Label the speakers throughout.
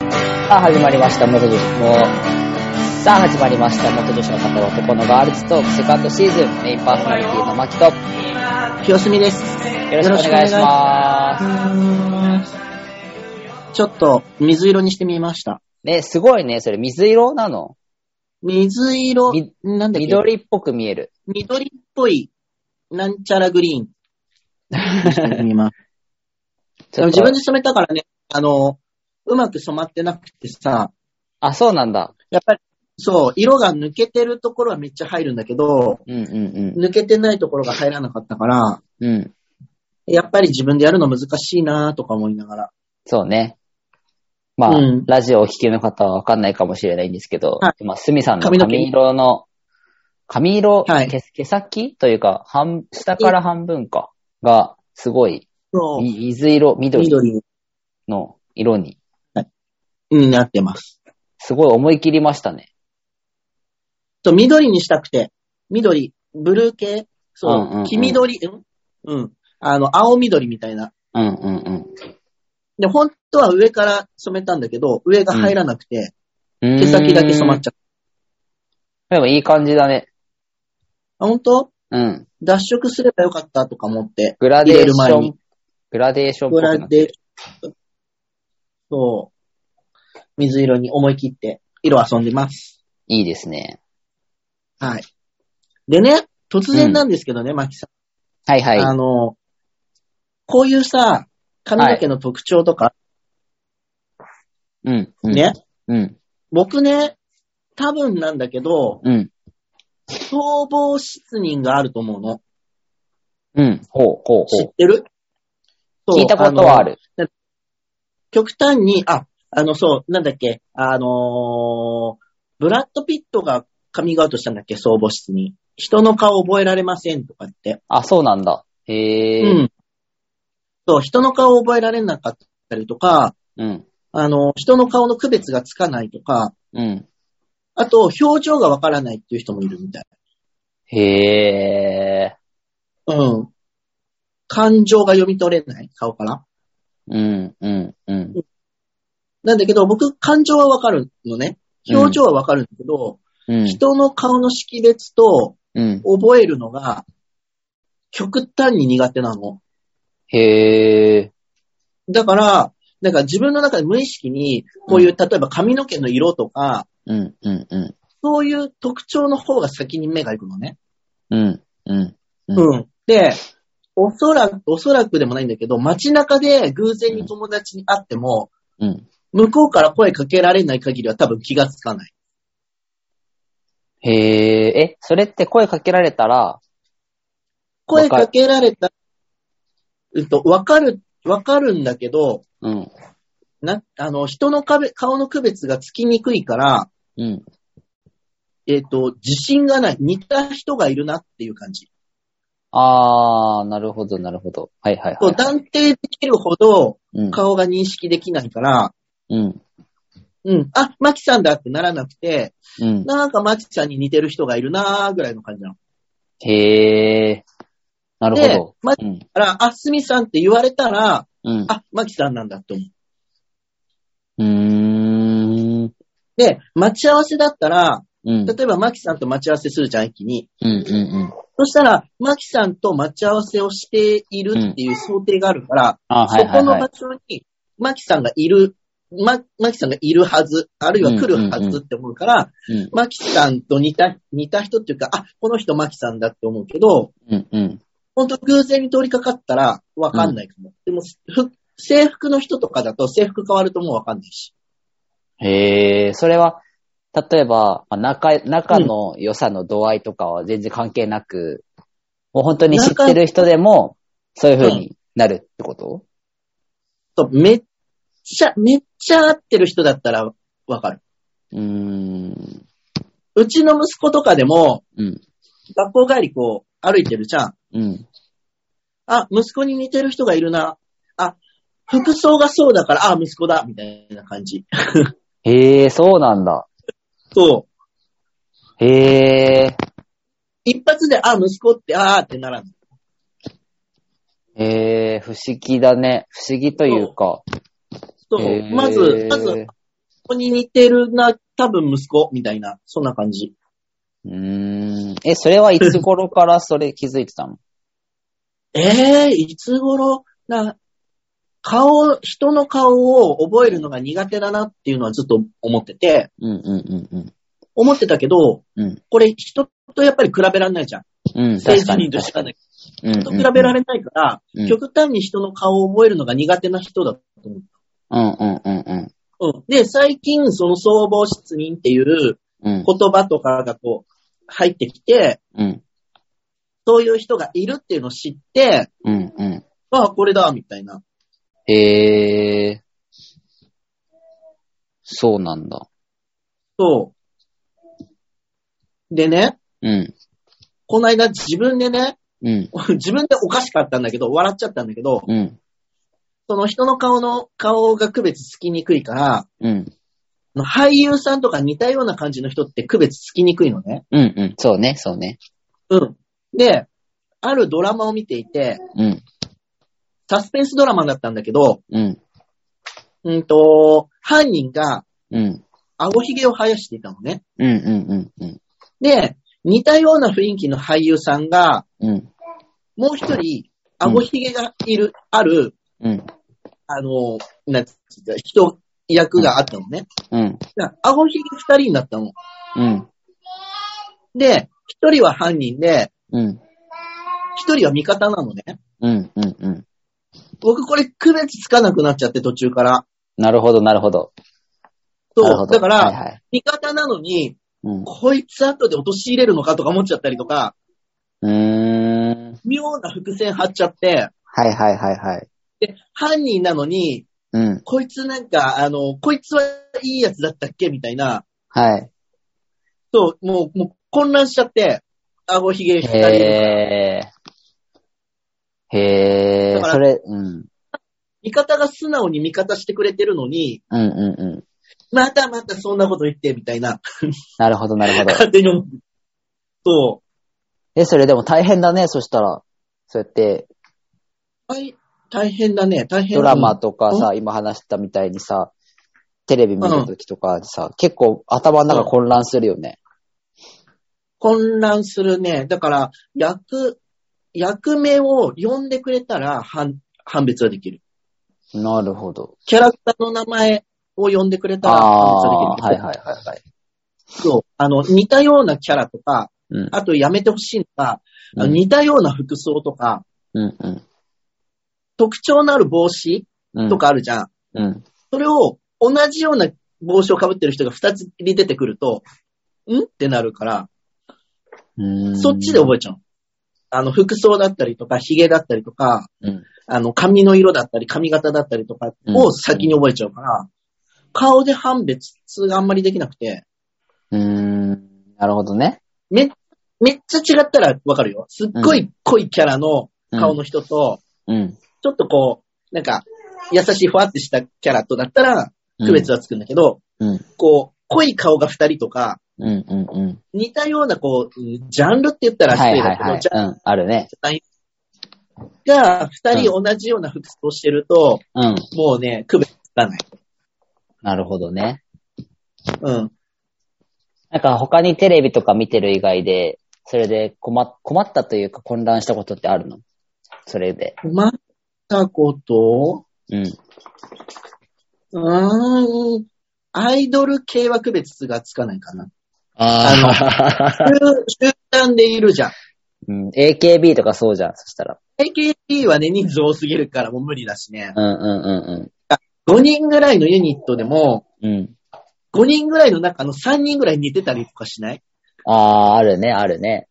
Speaker 1: さあ始まりました、元女子の、さあ始まりました、元女子の方は男のガールズトークセカンドシーズン、メインパーソナリティのマキと、よ
Speaker 2: 清澄です。
Speaker 1: ろしくお願いします。
Speaker 2: ちょっと水色にしてみました。
Speaker 1: ね、すごいね、それ水色なの
Speaker 2: 水色
Speaker 1: み、
Speaker 2: なんだっけ緑
Speaker 1: 緑っぽく見える。
Speaker 2: っぽい、なんちゃらグリー ン。してみます
Speaker 1: ち
Speaker 2: で
Speaker 1: ょ
Speaker 2: も
Speaker 1: っと
Speaker 2: 自分で染めたからね、あの、うまく染まってなくてさ、
Speaker 1: あ、そうなんだ。
Speaker 2: やっぱり、そう、色が抜けてるところはめっちゃ入るんだけど、
Speaker 1: うんうん
Speaker 2: 抜けてないところが入らなかったから、
Speaker 1: うん。うん。
Speaker 2: やっぱり自分でやるの難しいなとか思いながら。
Speaker 1: そうね。まあ、
Speaker 2: うん
Speaker 1: ラジオをお聞きの方はわかんないかもしれないんですけど、
Speaker 2: は
Speaker 1: 今、すみさんの
Speaker 2: 髪の毛
Speaker 1: 髪色の、髪色、
Speaker 2: はい
Speaker 1: 毛毛先というか、半、下から半分か、が、すごい、
Speaker 2: そう、
Speaker 1: み水色、緑
Speaker 2: 緑に
Speaker 1: の色に、
Speaker 2: うんなってます。
Speaker 1: すごい思い切りましたね。
Speaker 2: と、緑にしたくて、緑、ブルー系、そう、
Speaker 1: うんうんうん
Speaker 2: 黄緑、うんうん。あの、青緑みたいな。
Speaker 1: うんうんうん。
Speaker 2: で、本当は上から染めたんだけど、上が入らなくて、
Speaker 1: うーん
Speaker 2: 毛先だけ染まっちゃ
Speaker 1: でもいい感じだね。
Speaker 2: う。あ、本当
Speaker 1: うん。
Speaker 2: 脱色すればよかったとか思って、
Speaker 1: グラデーシ
Speaker 2: 入れる
Speaker 1: ョ
Speaker 2: 前
Speaker 1: ン
Speaker 2: に。
Speaker 1: グラデーションっぽく
Speaker 2: こ
Speaker 1: な
Speaker 2: れ
Speaker 1: った
Speaker 2: で、そう、水色に思い切って、色遊んでます。
Speaker 1: いいですね。
Speaker 2: はい。でね、突然なんですけどね、マキさん。
Speaker 1: はいはい。
Speaker 2: あの、こういうさ、髪の毛の特徴とか、
Speaker 1: うん。うん
Speaker 2: ね、。
Speaker 1: うん。
Speaker 2: 僕ね、多分なんだけど、
Speaker 1: うん。
Speaker 2: 逃亡失認があると思うの。
Speaker 1: うん。ほうほう
Speaker 2: 知っ
Speaker 1: ほ
Speaker 2: てる
Speaker 1: う。聞いたことはあ。
Speaker 2: そうの
Speaker 1: る。
Speaker 2: 極端に、あ、あの、そう、なんだっけ、あのーブラッド・ピットがカミングアウトしたんだっけ、相母室に。人の顔覚えられませんとかって。
Speaker 1: あ、そうなんだ。へえ。
Speaker 2: う。ん。そう、人の顔を覚えられなかったりとか、
Speaker 1: うん。
Speaker 2: あの、人の顔の区別がつかないとか、
Speaker 1: うん。
Speaker 2: あと、表情がわからないっていう人もいるみたい。
Speaker 1: へえ。
Speaker 2: うん。感情が読み取れない顔から。
Speaker 1: うん、うん、うん。
Speaker 2: なんだけど、僕、感情はわかるのね。表情はわかるんだけど、
Speaker 1: うん。
Speaker 2: 人の顔の識別と
Speaker 1: うん。
Speaker 2: 覚えるのが、極端に苦手なの。
Speaker 1: へえ。
Speaker 2: だから、なんか自分の中で無意識に、こういう、例えば髪の毛の色とか、
Speaker 1: うん、うん、うん。
Speaker 2: そういう特徴の方が先に目が行くのね。
Speaker 1: うん、うん。うん
Speaker 2: うん。で、おそらく、おそらくでもないんだけど、街中で偶然に友達に会っても、
Speaker 1: うん。
Speaker 2: 向こうから声かけられない限りは多分気がつかない。
Speaker 1: へえ。え、それって声かけられたら、
Speaker 2: 声かけられた、うんと、わかる、わかるんだけど、
Speaker 1: うん、
Speaker 2: な、あの、人の壁顔の区別がつきにくいから、
Speaker 1: うん。
Speaker 2: えっ、と、自信がない。似た人がいるなっていう感じ。
Speaker 1: あー、なるほど、なるほど。はいはい
Speaker 2: そ
Speaker 1: はい
Speaker 2: う、
Speaker 1: はい。
Speaker 2: 断定できるほど
Speaker 1: うん、
Speaker 2: 顔が認識できないから、
Speaker 1: うん、
Speaker 2: うん、あ、マキさんだってならなくて、
Speaker 1: うん。
Speaker 2: なんかマキさんに似てる人がいるなーぐらいの感じなの。
Speaker 1: へえ。なる
Speaker 2: で
Speaker 1: ほ、
Speaker 2: マキ
Speaker 1: ど。うん、
Speaker 2: から、あ、スミさんって言われたら、
Speaker 1: うん。
Speaker 2: あ、マキさんなんだって思う。
Speaker 1: うーん。
Speaker 2: で、待ち合わせだったら、
Speaker 1: うん、
Speaker 2: 例えばマキさんと待ち合わせするじゃん、駅に。
Speaker 1: うん、うん。
Speaker 2: そしたら、マキさんと待ち合わせをしているっていう想定があるから、
Speaker 1: あ、はい
Speaker 2: そ
Speaker 1: は
Speaker 2: こ
Speaker 1: い
Speaker 2: の
Speaker 1: は
Speaker 2: 場
Speaker 1: い。
Speaker 2: 所にマキさんがいる、ママキさんがいるはず、あるいは来るはずって思うから、
Speaker 1: うん、
Speaker 2: マキさんと似た、似た人っていうか、あ、この人マキさんだって思うけど、
Speaker 1: うん、うん。
Speaker 2: ほんと偶然に通りかかったらわかんないかも。でも、ふ制服の人とかだと制服変わるともうわかんないし。
Speaker 1: へえ、それは、例えば、まあ仲、仲の良さの度合いとかは全然関係なく、もう本当に知ってる人でも、そういう風になるってこと、
Speaker 2: とめっちゃ、めっちゃ合ってる人だったらわかる。
Speaker 1: うーん。
Speaker 2: うちの息子とかでも、
Speaker 1: うん。
Speaker 2: 学校帰りこう、歩いてるじゃん。
Speaker 1: うん。
Speaker 2: あ、息子に似てる人がいるな。あ、服装がそうだから、あ、息子だ、みたいな感じ。
Speaker 1: へえ、そうなんだ。
Speaker 2: そう。
Speaker 1: へえ。
Speaker 2: 一発で、あ、息子って、あーってならん。
Speaker 1: へえ、不思議だね。不思議というか。
Speaker 2: そう。
Speaker 1: へー
Speaker 2: まず、まず、、こに似てるな、多分息子、みたいな、そんな感じ。
Speaker 1: うーん。え、それはいつ頃からそれ気づいてたの
Speaker 2: ええいつ頃、な、顔、人の顔を覚えるのが苦手だなっていうのはずっと思ってて、
Speaker 1: うんうんうんうん。
Speaker 2: 思ってたけど、
Speaker 1: うん。
Speaker 2: これ人とやっぱり比べられないじゃん。
Speaker 1: うん、
Speaker 2: 政
Speaker 1: 確か
Speaker 2: 治
Speaker 1: に。
Speaker 2: 人としかない。
Speaker 1: うん
Speaker 2: 人と比べら
Speaker 1: れ
Speaker 2: れないから、
Speaker 1: うん
Speaker 2: 極端に人の顔を覚えるのが苦手な人だと思う。
Speaker 1: うんうんうんうん。
Speaker 2: うん、で、最近、その総合失認っていう
Speaker 1: うん。
Speaker 2: 言葉とかがこう、入ってきて、
Speaker 1: うん。
Speaker 2: そういう人がいるっていうのを知って、
Speaker 1: うんうん。
Speaker 2: ああ、これだ、みたいな。
Speaker 1: へえー。そうなんだ。
Speaker 2: そう。でね、
Speaker 1: うん。
Speaker 2: この間自分でね、
Speaker 1: うん。
Speaker 2: 自分でおかしかったんだけど、笑っちゃったんだけど、
Speaker 1: うん。
Speaker 2: その人の顔の、顔が区別つきにくいから、
Speaker 1: うん。
Speaker 2: あの俳優さんとか似たような感じの人って区別つきにくいのね。
Speaker 1: うんうん。そうね、そうね。
Speaker 2: うん。で、あるドラマを見ていて、
Speaker 1: うん。
Speaker 2: サスペンスドラマだったんだけど、
Speaker 1: うん。
Speaker 2: うんと、犯人が
Speaker 1: うん。
Speaker 2: 顎ひげを生やしていたのね。
Speaker 1: うんうんうんうん。
Speaker 2: で、似たような雰囲気の俳優さんが、
Speaker 1: うん。
Speaker 2: もう一人、顎ひげがいる、ある、
Speaker 1: うん。
Speaker 2: あの、なんつうか、人役があったのね。
Speaker 1: うん。
Speaker 2: だから顎ひげ二人になったの。
Speaker 1: うん。
Speaker 2: で、一人は犯人で、
Speaker 1: うん。
Speaker 2: 一人は味方なのね。
Speaker 1: うん。うん。うん。
Speaker 2: 僕これ区別つかなくなっちゃって途中から。
Speaker 1: なるほど、なるほど。なる
Speaker 2: そ
Speaker 1: ほど
Speaker 2: う。だから、
Speaker 1: はいはい。
Speaker 2: 味方なのに、
Speaker 1: うん。
Speaker 2: こいつ後で陥れるのかとか思っちゃったりとか、
Speaker 1: うーん。
Speaker 2: 妙な伏線張っちゃって、
Speaker 1: はいはいはいはい。
Speaker 2: で、犯人なのに、
Speaker 1: うん。
Speaker 2: こいつなんか、あの、こいつはいいやつだったっけみたいな、
Speaker 1: はい。
Speaker 2: そう、もう、もう混乱しちゃって、顎ひげしたり、
Speaker 1: へー。へー。
Speaker 2: だから
Speaker 1: それ、うん。
Speaker 2: 味方が素直に味方してくれてるのに、
Speaker 1: うんうんうん。
Speaker 2: またまたそんなこと言って、みたいな、
Speaker 1: なるほど、なるほど。
Speaker 2: 勝手に思う。そ
Speaker 1: え、それでも大変だね、そしたら。そうやって、
Speaker 2: う。はい、大変だね、大変
Speaker 1: ドラマとかさ、今話したみたいにさ、テレビ見るときとかさ、結構頭の中混乱するよね。
Speaker 2: 混乱するね。だから、役、役名を呼んでくれたら判、判別はできる。
Speaker 1: なるほど。
Speaker 2: キャラクターの名前を呼んでくれたら判別は
Speaker 1: ああー、
Speaker 2: でき
Speaker 1: は
Speaker 2: る。
Speaker 1: いはいはいはい。
Speaker 2: そう。あの、似たようなキャラとか、
Speaker 1: うん。
Speaker 2: あとやめてほしいのが、あの
Speaker 1: うん
Speaker 2: 似たような服装とか、
Speaker 1: うんうん
Speaker 2: 特徴のある帽子
Speaker 1: うん。
Speaker 2: とかあるじゃん。
Speaker 1: うん。
Speaker 2: それを同じような帽子をかぶってる人が二つに出てくると、んってなるから、
Speaker 1: うん。
Speaker 2: そっちで覚えちゃう。あの、服装だったりとか、髭だったりとか、
Speaker 1: うん。
Speaker 2: あの、髪の色だったり、髪型だったりとかを先に覚えちゃうから、顔で判別があんまりできなくて、
Speaker 1: うーん。なるほどね。
Speaker 2: め、めっちゃ違ったらわかるよ。すっごい濃いキャラの顔の人と、
Speaker 1: うん。
Speaker 2: ちょっとこう、なんか、優しいふわってしたキャラとだったら、
Speaker 1: うん
Speaker 2: 区別はつくんだけど、
Speaker 1: うん。
Speaker 2: こう、濃い顔が二人とか、
Speaker 1: うんうんうん。
Speaker 2: 似たような、こう、うんジャンルって言ったら失
Speaker 1: はい
Speaker 2: 礼
Speaker 1: はい
Speaker 2: だけ
Speaker 1: は
Speaker 2: ど、
Speaker 1: い
Speaker 2: ジ。ャン
Speaker 1: うん。あるね。
Speaker 2: ルが二人同じような服装してると、
Speaker 1: うん。
Speaker 2: もうね、区別つかない。
Speaker 1: なるほどね。
Speaker 2: うん。
Speaker 1: なんか他にテレビとか見てる以外で、それで困っ困ったというか混乱したことってあるのそれで。
Speaker 2: 困ったこと
Speaker 1: うん。
Speaker 2: うーん。アイドル系は区別がつかないかな。
Speaker 1: ああ。
Speaker 2: 集集団でいるじゃん。
Speaker 1: うん。AKB とかそうじゃん、そしたら。
Speaker 2: AKB はね、人数多すぎるからもう無理だしね。
Speaker 1: うんうん
Speaker 2: 5人ぐらいのユニットでも、
Speaker 1: うんうん。うん。
Speaker 2: 5人ぐらいの中の3人ぐらい似てたりとかしない
Speaker 1: ああー、あるね、あるね。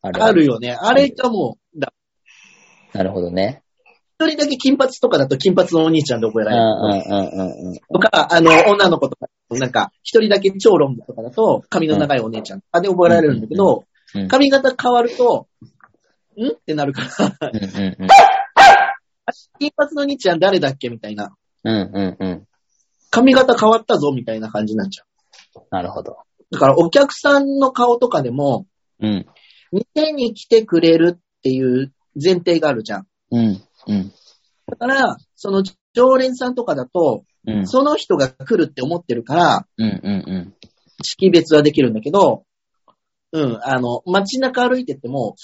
Speaker 1: あ
Speaker 2: あるよね。あれがもう、だ
Speaker 1: なるほどね。
Speaker 2: 一人だけ金髪とかだと金髪のお兄ちゃんで覚え
Speaker 1: うん
Speaker 2: ら
Speaker 1: う
Speaker 2: れ
Speaker 1: ん
Speaker 2: る。
Speaker 1: うんうん。
Speaker 2: とか、あの、女の子とか、なんか、一人だけ超ロングとかだと髪の長いお姉ちゃんとかで覚えられるんだけど
Speaker 1: うんうん、
Speaker 2: 髪型変わると、んってなるから、
Speaker 1: うんうんうん。
Speaker 2: 金髪のお兄ちゃん誰だっけみたいな。
Speaker 1: うんうんうん。
Speaker 2: 髪型変わったぞみたいな感じになっちゃ
Speaker 1: なるほど。
Speaker 2: う。だからお客さんの顔とかでも、
Speaker 1: うん。
Speaker 2: 店に来てくれるっていう前提があるじゃん。
Speaker 1: うん。うん。
Speaker 2: だから、その常連さんとかだと、
Speaker 1: うん。
Speaker 2: その人が来るって思ってるから、
Speaker 1: うんうんうん。
Speaker 2: 識別はできるんだけど、うん、あの、街中歩いてても、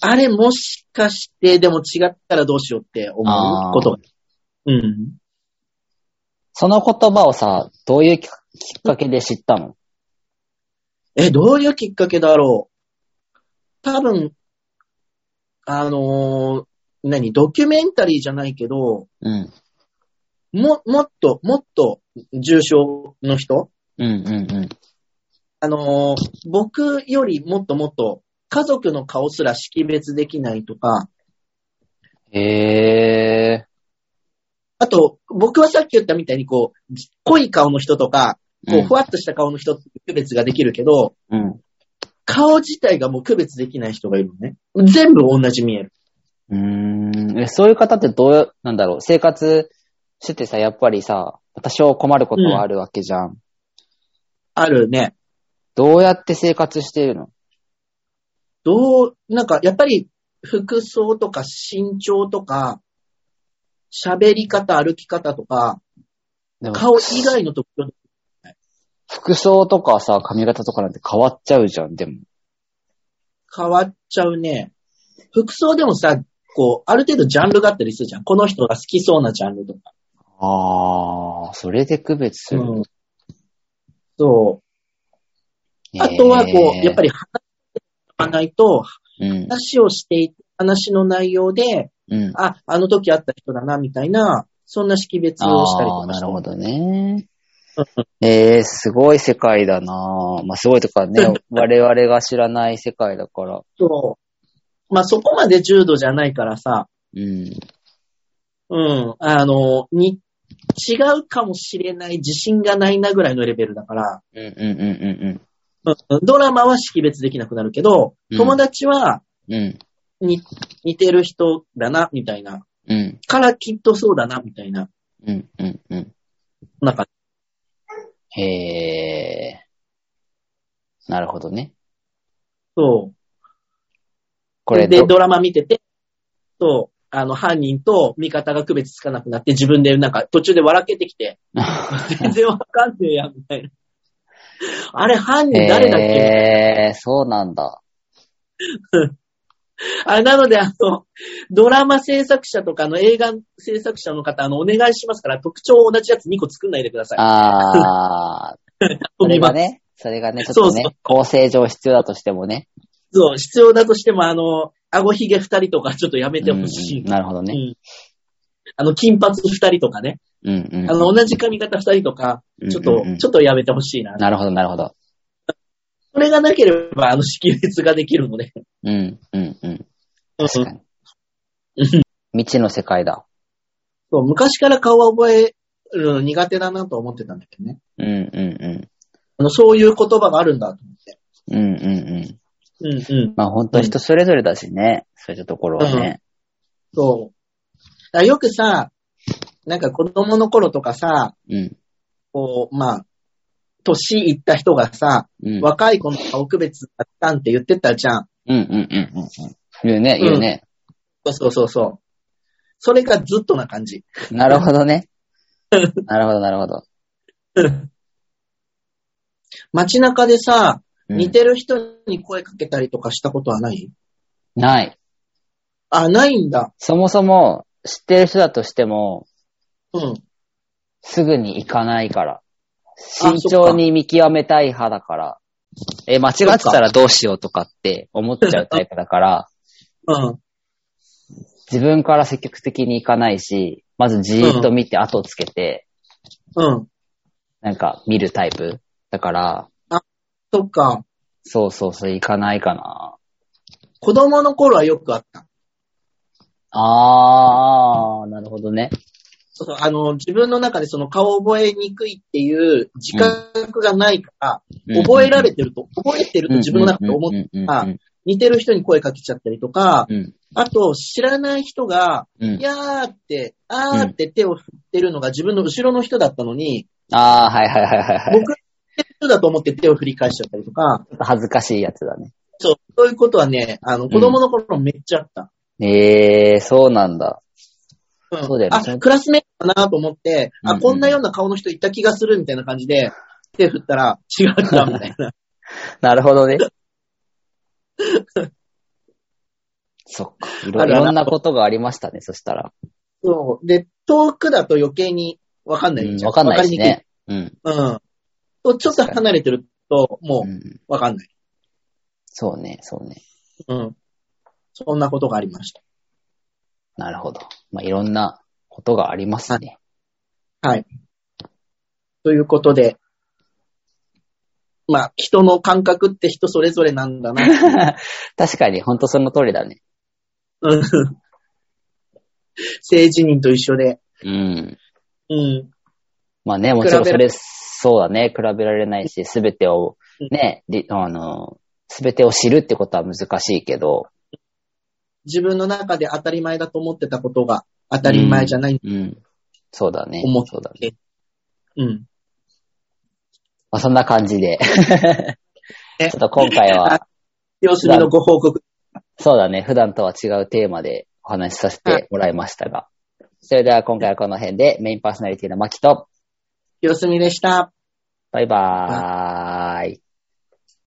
Speaker 2: あれもしかして、でも違ったらどうしようって思うことが。うん。
Speaker 1: その言葉をさ、どういうきっきっかけで知ったの
Speaker 2: え、どういうきっかけだろう。多分、あのー何、ドキュメンタリーじゃないけど、
Speaker 1: うん。
Speaker 2: も、もっと、もっと重症の人
Speaker 1: うんうんうん。
Speaker 2: あのー僕よりもっともっと家族の顔すら識別できないとか、
Speaker 1: へえ。
Speaker 2: あと、僕はさっき言ったみたいにこう、じ濃い顔の人とか、こう、ふわっとした顔の人って区別ができるけど、
Speaker 1: うん。
Speaker 2: 顔自体がもう区別できない人がいるのね。全部同じ見える。
Speaker 1: うん。え、そういう方ってどう、なんだろう、生活しててさ、やっぱりさ、多少困ることはあるわけじゃん。
Speaker 2: あるね。
Speaker 1: どうやって生活してるの
Speaker 2: どう、なんか、やっぱり、服装とか身長とか、喋り方、歩き方とか、
Speaker 1: でも
Speaker 2: 顔以外のところ
Speaker 1: 服装とかさ、髪型とかなんて変わっちゃうじゃん、でも。
Speaker 2: 変わっちゃうね。服装でもさ、こう、ある程度ジャンルがあったりするじゃん。この人が好きそうなジャンルとか。
Speaker 1: ああ、それで区別する。
Speaker 2: うんそう。あとは、こう、やっぱ
Speaker 1: り、
Speaker 2: り話さないと、
Speaker 1: うん、
Speaker 2: 話をしていて、話の内容で、
Speaker 1: うん。
Speaker 2: あ、あの時会った人だな、みたいな、そんな識別をしたりと
Speaker 1: あー
Speaker 2: か
Speaker 1: な
Speaker 2: して
Speaker 1: るほどね。 えー、すごい世界だなぁまあ、すごいとか ね、我々が知らない世界だから。
Speaker 2: そう。まあ、そこまで重度じゃないからさ、
Speaker 1: うん。
Speaker 2: うん、あの、に、違うかもしれない自信がないなぐらいのレベルだから、
Speaker 1: うんうんうん
Speaker 2: うんドラマは識別できなくなるけど
Speaker 1: う、ん
Speaker 2: 友達は
Speaker 1: うんうん。うん。
Speaker 2: に似てる人だな、みたいな。
Speaker 1: うん。
Speaker 2: からきっとそうだな、みたいな。
Speaker 1: うんうんうん。
Speaker 2: なんか、
Speaker 1: へえ。なるほどね。
Speaker 2: そう。
Speaker 1: これ
Speaker 2: で、
Speaker 1: ど、
Speaker 2: ドラマ見てて、そう、あの、犯人と味方が区別つかなくなって、自分でなんか途中で笑けて きて、全然わかんねえや、みたいな。あれ、犯人誰だっけ、
Speaker 1: へえ、そうなんだ。
Speaker 2: あれ、なので、あの、ドラマ制作者とかの映画制作者の方、あの、お願いしますから、特徴を同じやつ2個作んないでください。
Speaker 1: ああ、それがね、それがね、ちょっと
Speaker 2: そう
Speaker 1: ね
Speaker 2: そ、
Speaker 1: 構成上必要だとしてもね。
Speaker 2: そう、必要だとしても、あの、顎ひげ二人とかちょっとやめて
Speaker 1: うんう
Speaker 2: ほ
Speaker 1: ん
Speaker 2: しい。
Speaker 1: なるほど
Speaker 2: う
Speaker 1: ね。
Speaker 2: んあの、金髪二人とかね。
Speaker 1: うんうん。
Speaker 2: あの、同じ髪型二人とか、ちょっと、
Speaker 1: うんうんうん
Speaker 2: ちょっとやめてほしいな。
Speaker 1: なるほど、なるほど。
Speaker 2: それがなければ、あの、識別ができるので。
Speaker 1: うん、うん、うん。
Speaker 2: うん
Speaker 1: 確かに。未知の世界だ。
Speaker 2: そう昔から顔は覚えるの苦手だなと思ってたんだけどね。
Speaker 1: うん、うん、う
Speaker 2: あの、そういう言葉があるんだと
Speaker 1: ん。うん、うん、うん。
Speaker 2: 思って。うんうん。
Speaker 1: まあ本当人それぞれだしね。そういうところはね。
Speaker 2: そう。だからよくさ、なんか子供の頃とかさ、
Speaker 1: うん。
Speaker 2: こう、まあ、年いった人がさ、
Speaker 1: うん。うん、
Speaker 2: 若い子の顔区別だったんって言ってたじゃん。
Speaker 1: うん、うん、うん。言うね、言うね。
Speaker 2: そうそうそうそう。それがずっとな感じ。
Speaker 1: なるほどね。なるほど、なるほど。
Speaker 2: 街中でさ、
Speaker 1: うん
Speaker 2: 似てる人に声かけたりとかしたことはない
Speaker 1: ない。
Speaker 2: あ、ないんだ。
Speaker 1: そもそも知ってる人だとしても、
Speaker 2: うん。
Speaker 1: すぐに行かないから。
Speaker 2: そっ
Speaker 1: 慎
Speaker 2: か
Speaker 1: 重に見極めたい派だから。え、間違ってたらどうしようとかって思っちゃうタイプだから、
Speaker 2: うん。
Speaker 1: 自分から積極的に行かないし、まずじーっと見て後をつけて、
Speaker 2: うん。
Speaker 1: なんか見るタイプだから、
Speaker 2: そっか。
Speaker 1: そうそうそう行かないかな。
Speaker 2: 子供の頃はよくあった。
Speaker 1: あー、なるほどね。
Speaker 2: そうそうあの、自分の中でその顔を覚えにくいっていう自覚がないから、覚えられてると、覚えてると自分の中で思って、
Speaker 1: て
Speaker 2: た似てる人に声かけちゃったりとか、
Speaker 1: うん、
Speaker 2: あと、知らない人が、
Speaker 1: うん。
Speaker 2: やーって、あーって手を振ってるのが自分の後ろの人だったのに、
Speaker 1: あー、はいはいはいはいはい。
Speaker 2: 僕の人だと思って手を振り返しちゃったりとか、
Speaker 1: ちょっと恥ずかしいやつだね。
Speaker 2: そう、そういうことはね、あの、子供の頃めっちゃあった。
Speaker 1: えー、そうなんだ。
Speaker 2: うん
Speaker 1: そうだよねそ
Speaker 2: あ、
Speaker 1: の
Speaker 2: クラスメイトだなと思って、
Speaker 1: うんう
Speaker 2: あ、
Speaker 1: ん
Speaker 2: こんなような顔の人いた気がするみたいな感じで、手振った ら違ったみたいな。
Speaker 1: なるほ どね。そっか。いろ
Speaker 2: あ
Speaker 1: い
Speaker 2: るある
Speaker 1: ろんなことがありましたね、そしたら。
Speaker 2: そう。で、遠くだと余計にわかんない
Speaker 1: うん
Speaker 2: じゃ
Speaker 1: わかんないし。
Speaker 2: わ
Speaker 1: ね。うん。
Speaker 2: かりにくいうん。と、ちょっと離れてると、も
Speaker 1: う
Speaker 2: うんわかんない。
Speaker 1: そうね、そうね。
Speaker 2: うん。そんなことがありまし
Speaker 1: なるほど。まあ、いろんなことがありますね。
Speaker 2: た。はい。ということで、まあ、人の感覚って人それぞれなんだな。
Speaker 1: 確かに、ほんとその通りだね。
Speaker 2: うん政治人と一緒で。
Speaker 1: うん。
Speaker 2: うん。
Speaker 1: まあね、もちろん
Speaker 2: 比
Speaker 1: そ
Speaker 2: べ
Speaker 1: れ、そうだね、比べられないし、すべてを
Speaker 2: うん、
Speaker 1: ね、りあの、すべてを知るってことは難しいけど、
Speaker 2: 自分の中で当たり前だと思ってたことが当たり前じゃない。
Speaker 1: うん。そうだね。
Speaker 2: 思って
Speaker 1: そうだね。
Speaker 2: うん。
Speaker 1: まあ、そんな感じ で。ちょ
Speaker 2: え
Speaker 1: っと今回は、
Speaker 2: 様子見のご報告。
Speaker 1: そうだね、普段とは違うテーマでお話しさせてもらいましたが。それでは今回はこの辺で、メインパーソナリティのマキと、
Speaker 2: 様子見でした。
Speaker 1: バイバーイ。